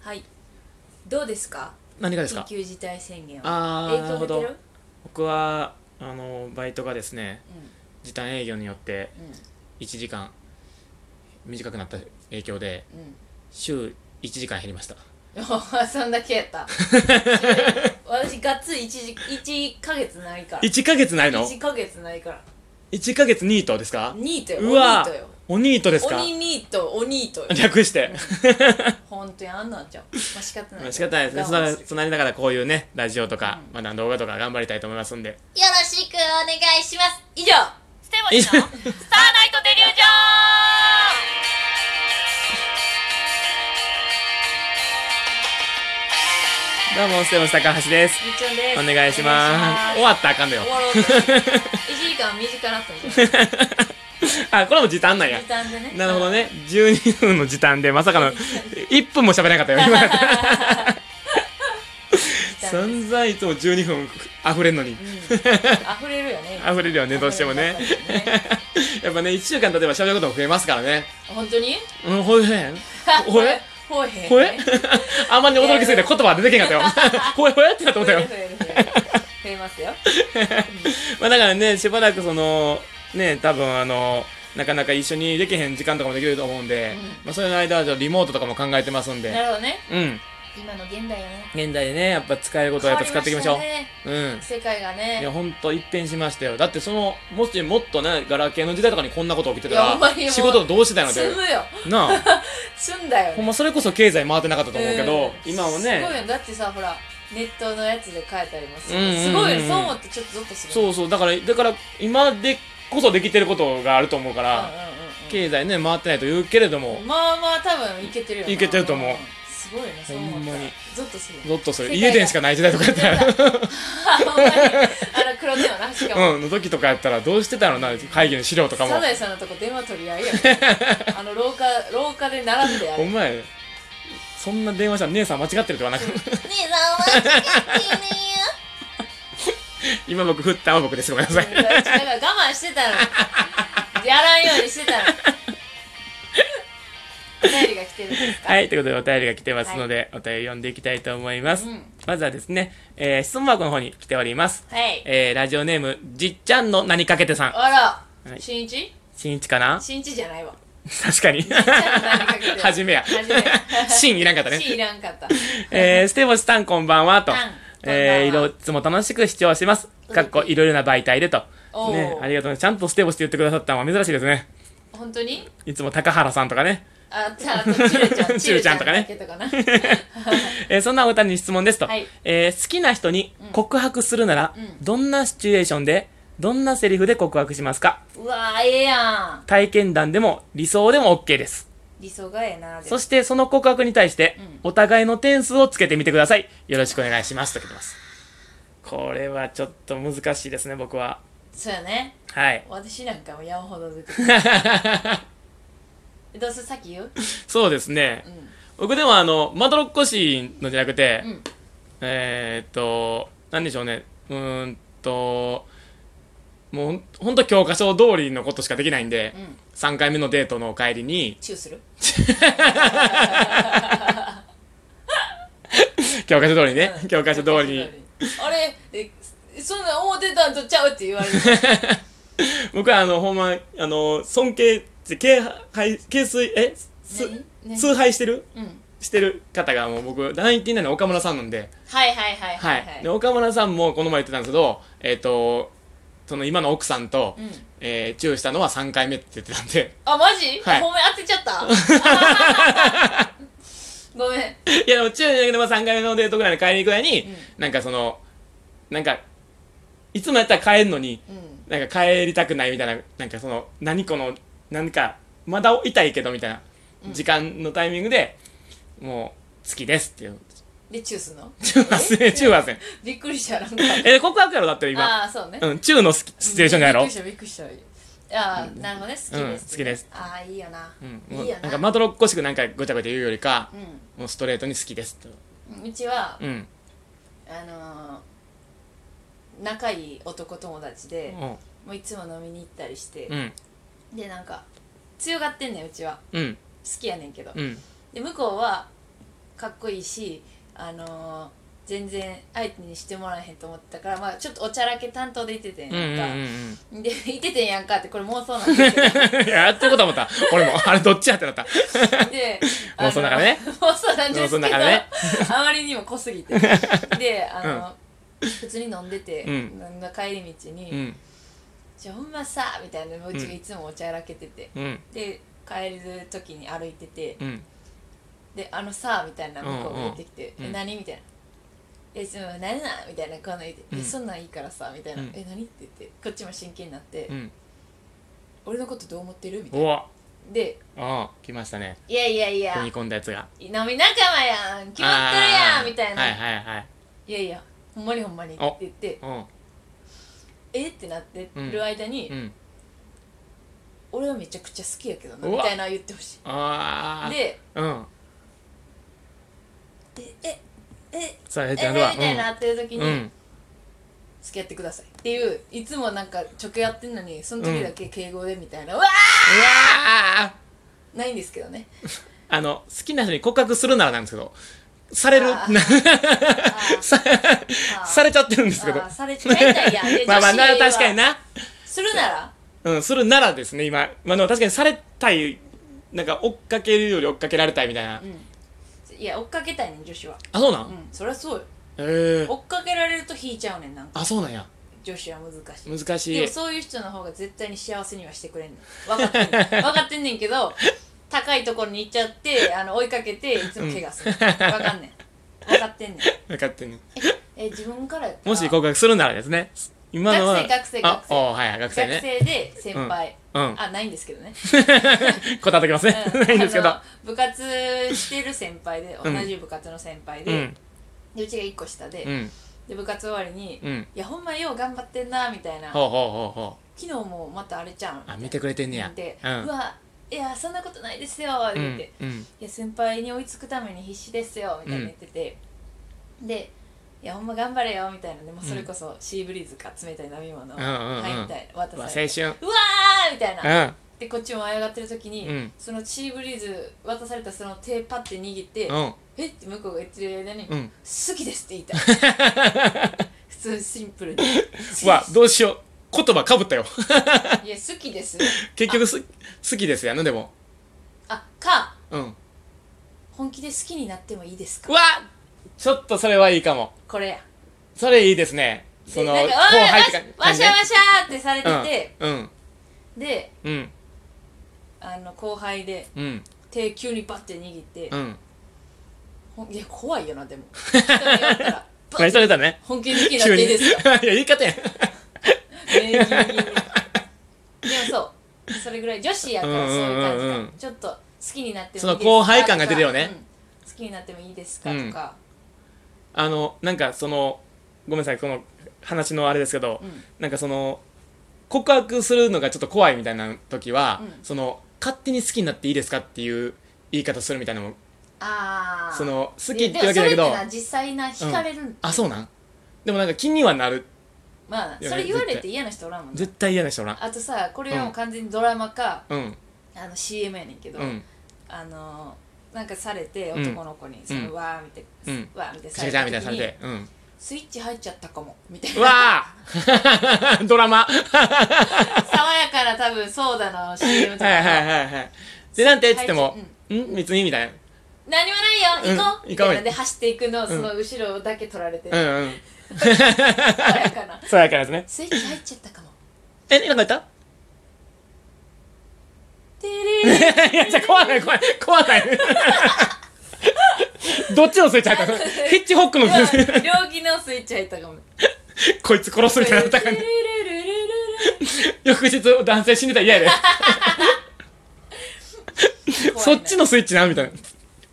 はいどうですか何がです緊か急事態宣言はあ影ーなる響出ほどてる僕はあのバイトがですねう時短営業によってん1時間短くなった影響でうんうん週1時間減りました そんだけやった私がっつり 1, 一ヶ月ないから1ヶ月ないの1ヶ月ないから1ヶ月ニートですかニートようわ鬼ニートよおニートですか鬼ニート鬼ニートよ略して本当にあんなんちゃう、まあ、仕方ない 仕方ないです我慢ねするそなりながらこういうねラジオとかう、んまだ動画とか頑張りたいと思いますんでよろしくお願いします以上ステ ボシの以スターナイトデリュージョンどうもステムス高橋ですみっちゃんですお願いしまお願す終いしわったらあかんのよ終わろうと1 時間短なったんじゃあこれも時短なんなやい時短でねなるほどね12分の時短でまさかの1分も喋れなかったよ今時短散々いつも12分溢れんのに溢れるよね溢れるよねどうしてもね溢れるよねやっぱね1週間経てば喋ることも増えますからね本当にうんほえへん ほえほえへんほえあんまり驚きすぎて言葉出てけなか ったよほえほえってなってほ思えった増よえる増える増える増えます よまあだからね、しばらくその、ね、多分あの、なかなか一緒にできへん時間とかもできると思うんで、うんまあそれの間はちょっとリモートとかも考えてますんなで、るほどねうん。今の現代よね現代でね、やっぱ使えることはやっぱ使っていきましょう。変わりしたねうん。世界がねいや、ほんと一変しましたよ。だってその、もしもっとね、ガラケーの時代とかにこんなこと起きてたいやほんまにもら、う仕事どうしてたの済で。むよなあ、済んだよほねんまそれこそ経済回ってなかったと思うけど、うん今もすごいね、よだってさほらネットのやつで買えたりもするうんうんうんうんすごいよそう思ってちょっとゾッとするうそうそう、だから、だから今でこそできてることがあると思うかんうんら、う経済ね、回ってないと言うけれどんうもん、まあまあ多分いけてるよないけてると思うんすごいねそうほ思んったまらにゾッと するゾッとする世界が家電しかない時代とかやったらあほんまにあの黒電話なしかもうんの時とかやったらどうしてたのな会議の資料とかもサザエさんのとこ電話取り合い やんあの廊下廊下で並んであおれ前そんな電話したら姉さん間違ってるとかな く姉さんは違ってね今僕振ったは僕ですごめんなさだいから我慢してたのやらんようにしてたのお便りが来てるんですかはいということでお便りが来てますので、お便り読んでいきたいと思います、うんまずはですね、えー質問箱の方に来ておりますはいえー、ラジオネームじっちゃんの何かけてさんあはらい新一しんいちかな新一じゃないわ確かに はじめや初め しんいらんかったね新いらんか ったえー、ステボシさんこんばんはとさん。えー、こいんばんはろ、いつも楽しく視聴してます。かっこ、いろいろな媒体でと。おーね、ありがとうございます。ちゃんとステボシって言ってくださったのは珍しいですね。本当にいつも高原さんとかね。あじゃああとチルちゃんチルちゃんとかねチルちゃんだけとかえーそんなお二人に質問ですと。はいえー好きな人に告白するなら、うんどんなシチュエーションで、どんなセリフで告白しますかな うわーええやん体験談でも理想でも OK です。理想がええなそししてその告白に対してうん、お互いの点数をつけてみてください。よろしくお願いします。と来てます。これはちょっと難しいですね、僕は。そうやねはい。私なんかもやんほ どずくどうせさっき言うそうですねう。ん僕でもあの、まどろっこしいのじゃなくて、うんえーっと、なんでしょうね。うーんと、もうほんほんと教科書通りのことしかできないんで、うん3回目のデートの帰りに、 チューする教科書通りね、教科書通りにに。あれえそんなん思ってたんとちゃうって言われる僕はあの、ほんま、あの、尊敬、敬拝、敬水、えす何何崇拝してるうんしてる方がもう僕、ナインティナインの岡村さんなんで、はいはいはいははいい、で岡村さんもこの前言ってたんですけど、えっ、と、その今の奥さんと、うんえーチューしたのは3回目って言ってたんで、あマジはいごめん当てちゃった ごめんいやでもチューじゃなくて、まあ、3回目のデートぐらいの帰りに行く前に、うんなんかその、なんか、いつもやったら帰るのに、うんなんか帰りたくないみたいな、なんかその、何この、なんか、まだ痛いけどみたいな、時間のタイミングで、もう、好きですっていう。 でチューすんのチューはせん、チューはせん。びっくりしたなんかえ、告白やろだって今。ああそうねうん、チューのスシチュエーションやろびっくりし。たびっくりしたああなるほどね好きうんです好きですああいいよなうん、もいういよなんかなまどろっこしくなんかごちゃごちゃ言うよりか、うもうストレートに好きですと。んうちはうん。あのー仲いい男友達でうん。もういつも飲みに行ったりしてうん。でなんか強がってんねんうちはうん。好きやねんけどうん。で向こうはかっこいいしあのー全然相手にしてもらえへんと思ってたから、まあ、ちょっとおちゃらけ担当でいててんうんうんやんか、うんで「いててんやんか」ってこれ妄想なんですけ うん。いや、やってること思った。俺も、 あれどっちやってなった。どであの妄想だからね妄想なんですけど、妄想だからね あまりにも濃すぎてであの、普通に飲んでて、うんの帰り道に「うん。じゃあほんまさ」みたいなうちがいつもおちゃらけてて、うん。で帰る時に歩いてて、うん。で「あのさ」みたいな向こうが言ってきて「うんうんえ何?」みたいな「えその何なん?」みたいなこの言って「うんえそんなんいいからさ」みたいなう「んえ何?」って言ってこっちも真剣になってうん。 「俺のことどう思ってる?」みたいなおわ。でああ、来ましたね。 「いやいやいや踏み込んだやつが。飲み仲間やん決まってるやあん」ーみたいな「はいいはいはい。やいやほんまにほんまに」って言ってうん。 「えっ?」てなってる間に「うん。俺はめちゃくちゃ好きやけどな」うわみたいな言ってほしああ。い、でうん。 「でええそうやえっみてやるわ。たいなってる時うん。にうん。付き合ってくださいっていういつもなんか直やってんのにその時だけ敬語でみたいな、うわうわあないんですけど ねあの、好きな人に告白するならなんですけど、される、ああー さあーされちゃってるんですけどあ。ーされちゃいた いやんまあまあ、な確かになな。するならうん、するならですね、今。まあでも確かにされたい、なんか追っかけるより追っかけられたいみたいな。いや追っかけたいねん女子はあ、そうなうんんそりゃそうよへえ。追っかけられると引いちゃうねんなんかあ、そうなんや。女子は難しい難しでいも。そういう人の方が絶対に幸せにはしてくれんねん分かって んねん分かってんねんけど高いところに行っちゃってあの追いかけていつも怪我する、分かんねん分かってんねん分かってんね。え自分からやったらもし告白するならですね。今のは。学生学生あ学、生おはいはい、学生学ね。生で先輩、うん。あないんですけ どね答えときますね。うん ないんですけどあ。の部活してる先輩で同んじ部活の先輩うで,、ん。でうちが1個下で,、うん。で部活終わりに「うん。いやほんまよう頑張ってんな」みたいな「昨ほうほうほうほ日もまたあれちゃうん」う。あ、見てくれてんねや。で、う。うんわいやそんなことないですよ」ってう言っんて、。うん。いや先輩に追いつくために必死ですよ」みたいな言ってて、で「いやほんま頑張れよ」みたいなでもうそれこそシーブリーズか冷たい飲み物、うんうんうんはいみたいな渡うわ青されて春。 「うわー!」みたいな、うん。でこっちも舞い上がってる時に、うんそのシーブリーズ渡されたその手パッて握って「うん。えっ?」て向こうが言ってる間に「う好ん。きです」って言い たい普通シンプルに「好きですうわ、どうしよう。言葉かぶったよ。 いや好きです結局す、好きですやな、でも。あかうん。本気で好きになってもいいですうかわちょっとそれはいいかも。これやそれいいですね。その、でなんかわーわしゃわしゃーってされてて、うん。うん。でうん。あの後輩でうん。手急にバッて握って、うん。ほんいや怖いよなで も人に言ったらバまあ、ッそれだね。本気で好きになっていいですかいや、 言い方やん。ねギリギリでもそうそれぐらい女子やからそういう感じうんかうんうんうんちょっと好きになってもいいですかその後輩感が出るよねとかうん好きになってもいいですか、とかあの、なんかその、ごめんなさい、この話のあれですけど、うんなんかその、告白するのがちょっと怖いみたいな時は、うんその、勝手に好きになっていいですかっていう言い方するみたいなのも、ああその、好きってわけだけど、実際な惹かれる、あ、そうなんでもなんか気にはなる。まあいやそれ言われて絶対嫌な人おらんもんね絶対嫌な人おらん。あとさこれはもう完全にドラマか、うん、あの CM やねんけど、うん、あのなんかされてうん男の子にその、うんわーみたいな、うんわーみたいなシャキシャキみたいな時されにて、うん。スイッチ入っちゃったかもみたいうなわー ドラ マ爽やかな多分ソーダの CM とかはいはいのはいはい。で、なんてっつってもはい、ん別にみたいな。何もないよ行こう、うんみたい行こなうで走っていくのをその後ろだけ取られて、うんうん。爽やかなそうやからですね。スイッチ入っちゃったかもえ、なんか言ったてれー いや、じゃあ壊ない、壊ない、 壊ない。どっちのスイッチ入ったのヒッチホックのスイッチ両機のスイッチ入ったかも こいつ殺すみたいになったからね。翌日、男性死んでたら嫌やで。そっちののスイッチなみたいな。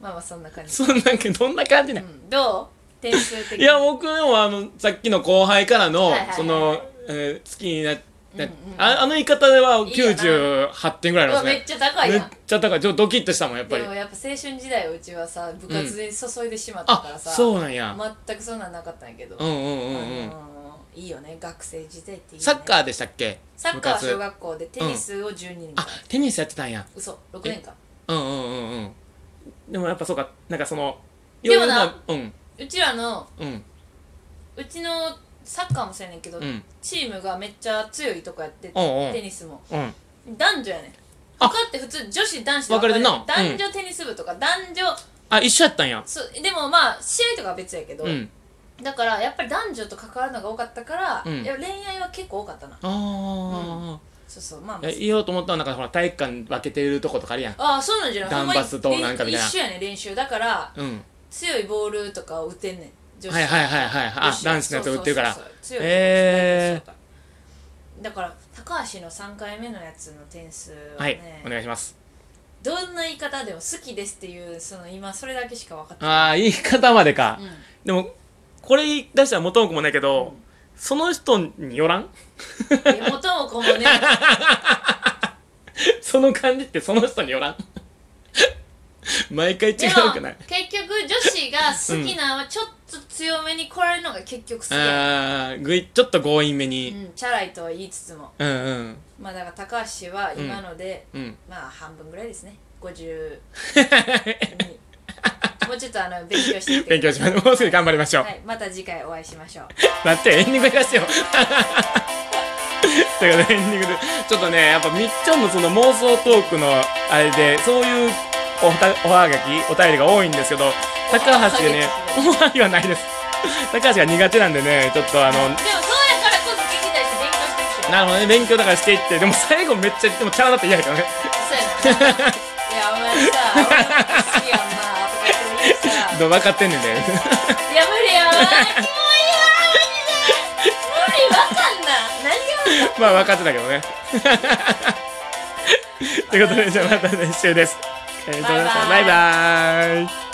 まあまあそんな感じ、そんなんか、どんな感じなうんん、どう点数的いにや、僕もあの、さっきの後輩からのはいはいは、いその、えー好きになっうんうてん、ああの言い方ではよな98点ぐらいうなんわですね。めっちゃ高いめやっんちゃ高い。ちょっとドキッとしたもん、やっぱりでも。やっぱ青春時代はうちはさ部活に注いでしまったからあ、さ、そうなんや。全くそんなんなかったんやけど、うんうんうんうあん。のーいいよね学生時代っていい、ね、サッカーでしたっけサッカーは部活小学校でテニスを12人かあ、テニスやってたんや。嘘6年間うんうんうんうんでもやっぱそうかなんかそのでもな夜のうちらのうんうんうちのサッカーもそうやねんけど、うんチームがめっちゃ強いとこやってておうおうテニスもうん男女やねんあ他って普通女子男子分かれてんな男うん女テニス部とか男女あ一緒やったんやそうでもまあ試合とかは別やけど、うんだからやっぱり男女と関わるのが多かったから、うんやっぱ恋愛は結構多かったなあそうそうまああ、え言おうと思ったらなんかほら体育館分けてるとことかあるやんああそうなんじゃないダンバスとなんかみたいなほんまに練一緒やね練習だからうん強いボールとかを打てんねん女はいはいはいはいあ女子男子のやつを打ってるからそうそうそう強いへーだから高橋の3回目のやつの点数ははいね、お願いしますどんな言い方でも好きですっていうその今それだけしか分かってないああ言い方までか、うんでもこれ出したら元も子もないけど、うんその人によらん え元も子もねその感じってその人によらん 毎 回違でもうくない結局女子が好きなんはちょっと強めに来られるのが結局好きや、ああぐいちょっと強引めうに、ん、チャラいとは言いつつもうん、うんまあだから高橋は今ので、うんまあ半分ぐらいですね50 もうちょっとあの勉強してみて勉強しますもうすぐ頑張りましょう、はい、また次回お会いしましょう待ってエンディングで出してよ ということでエンディングでちょっとねやっぱみっちょんのその妄想トークのあれでそういうおたおはがきお便りが多いんですけど高橋がねおおはがきはないです高橋が苦手なんでねちょっとあのでもそうやからこそ聞きたいし勉強してきてなるほどね勉強だからしていってでも最後めっちゃでもチャラだって嫌やからねそうやないやお前さ俺のこと好きやんなとか言ってもいいしさどう分かってんねんねいや無理やわキモいわマジで無理わかんな何がわかんなまあ分かってたけど ねということでじゃあまた来週です、えー、バイバイバイバーイ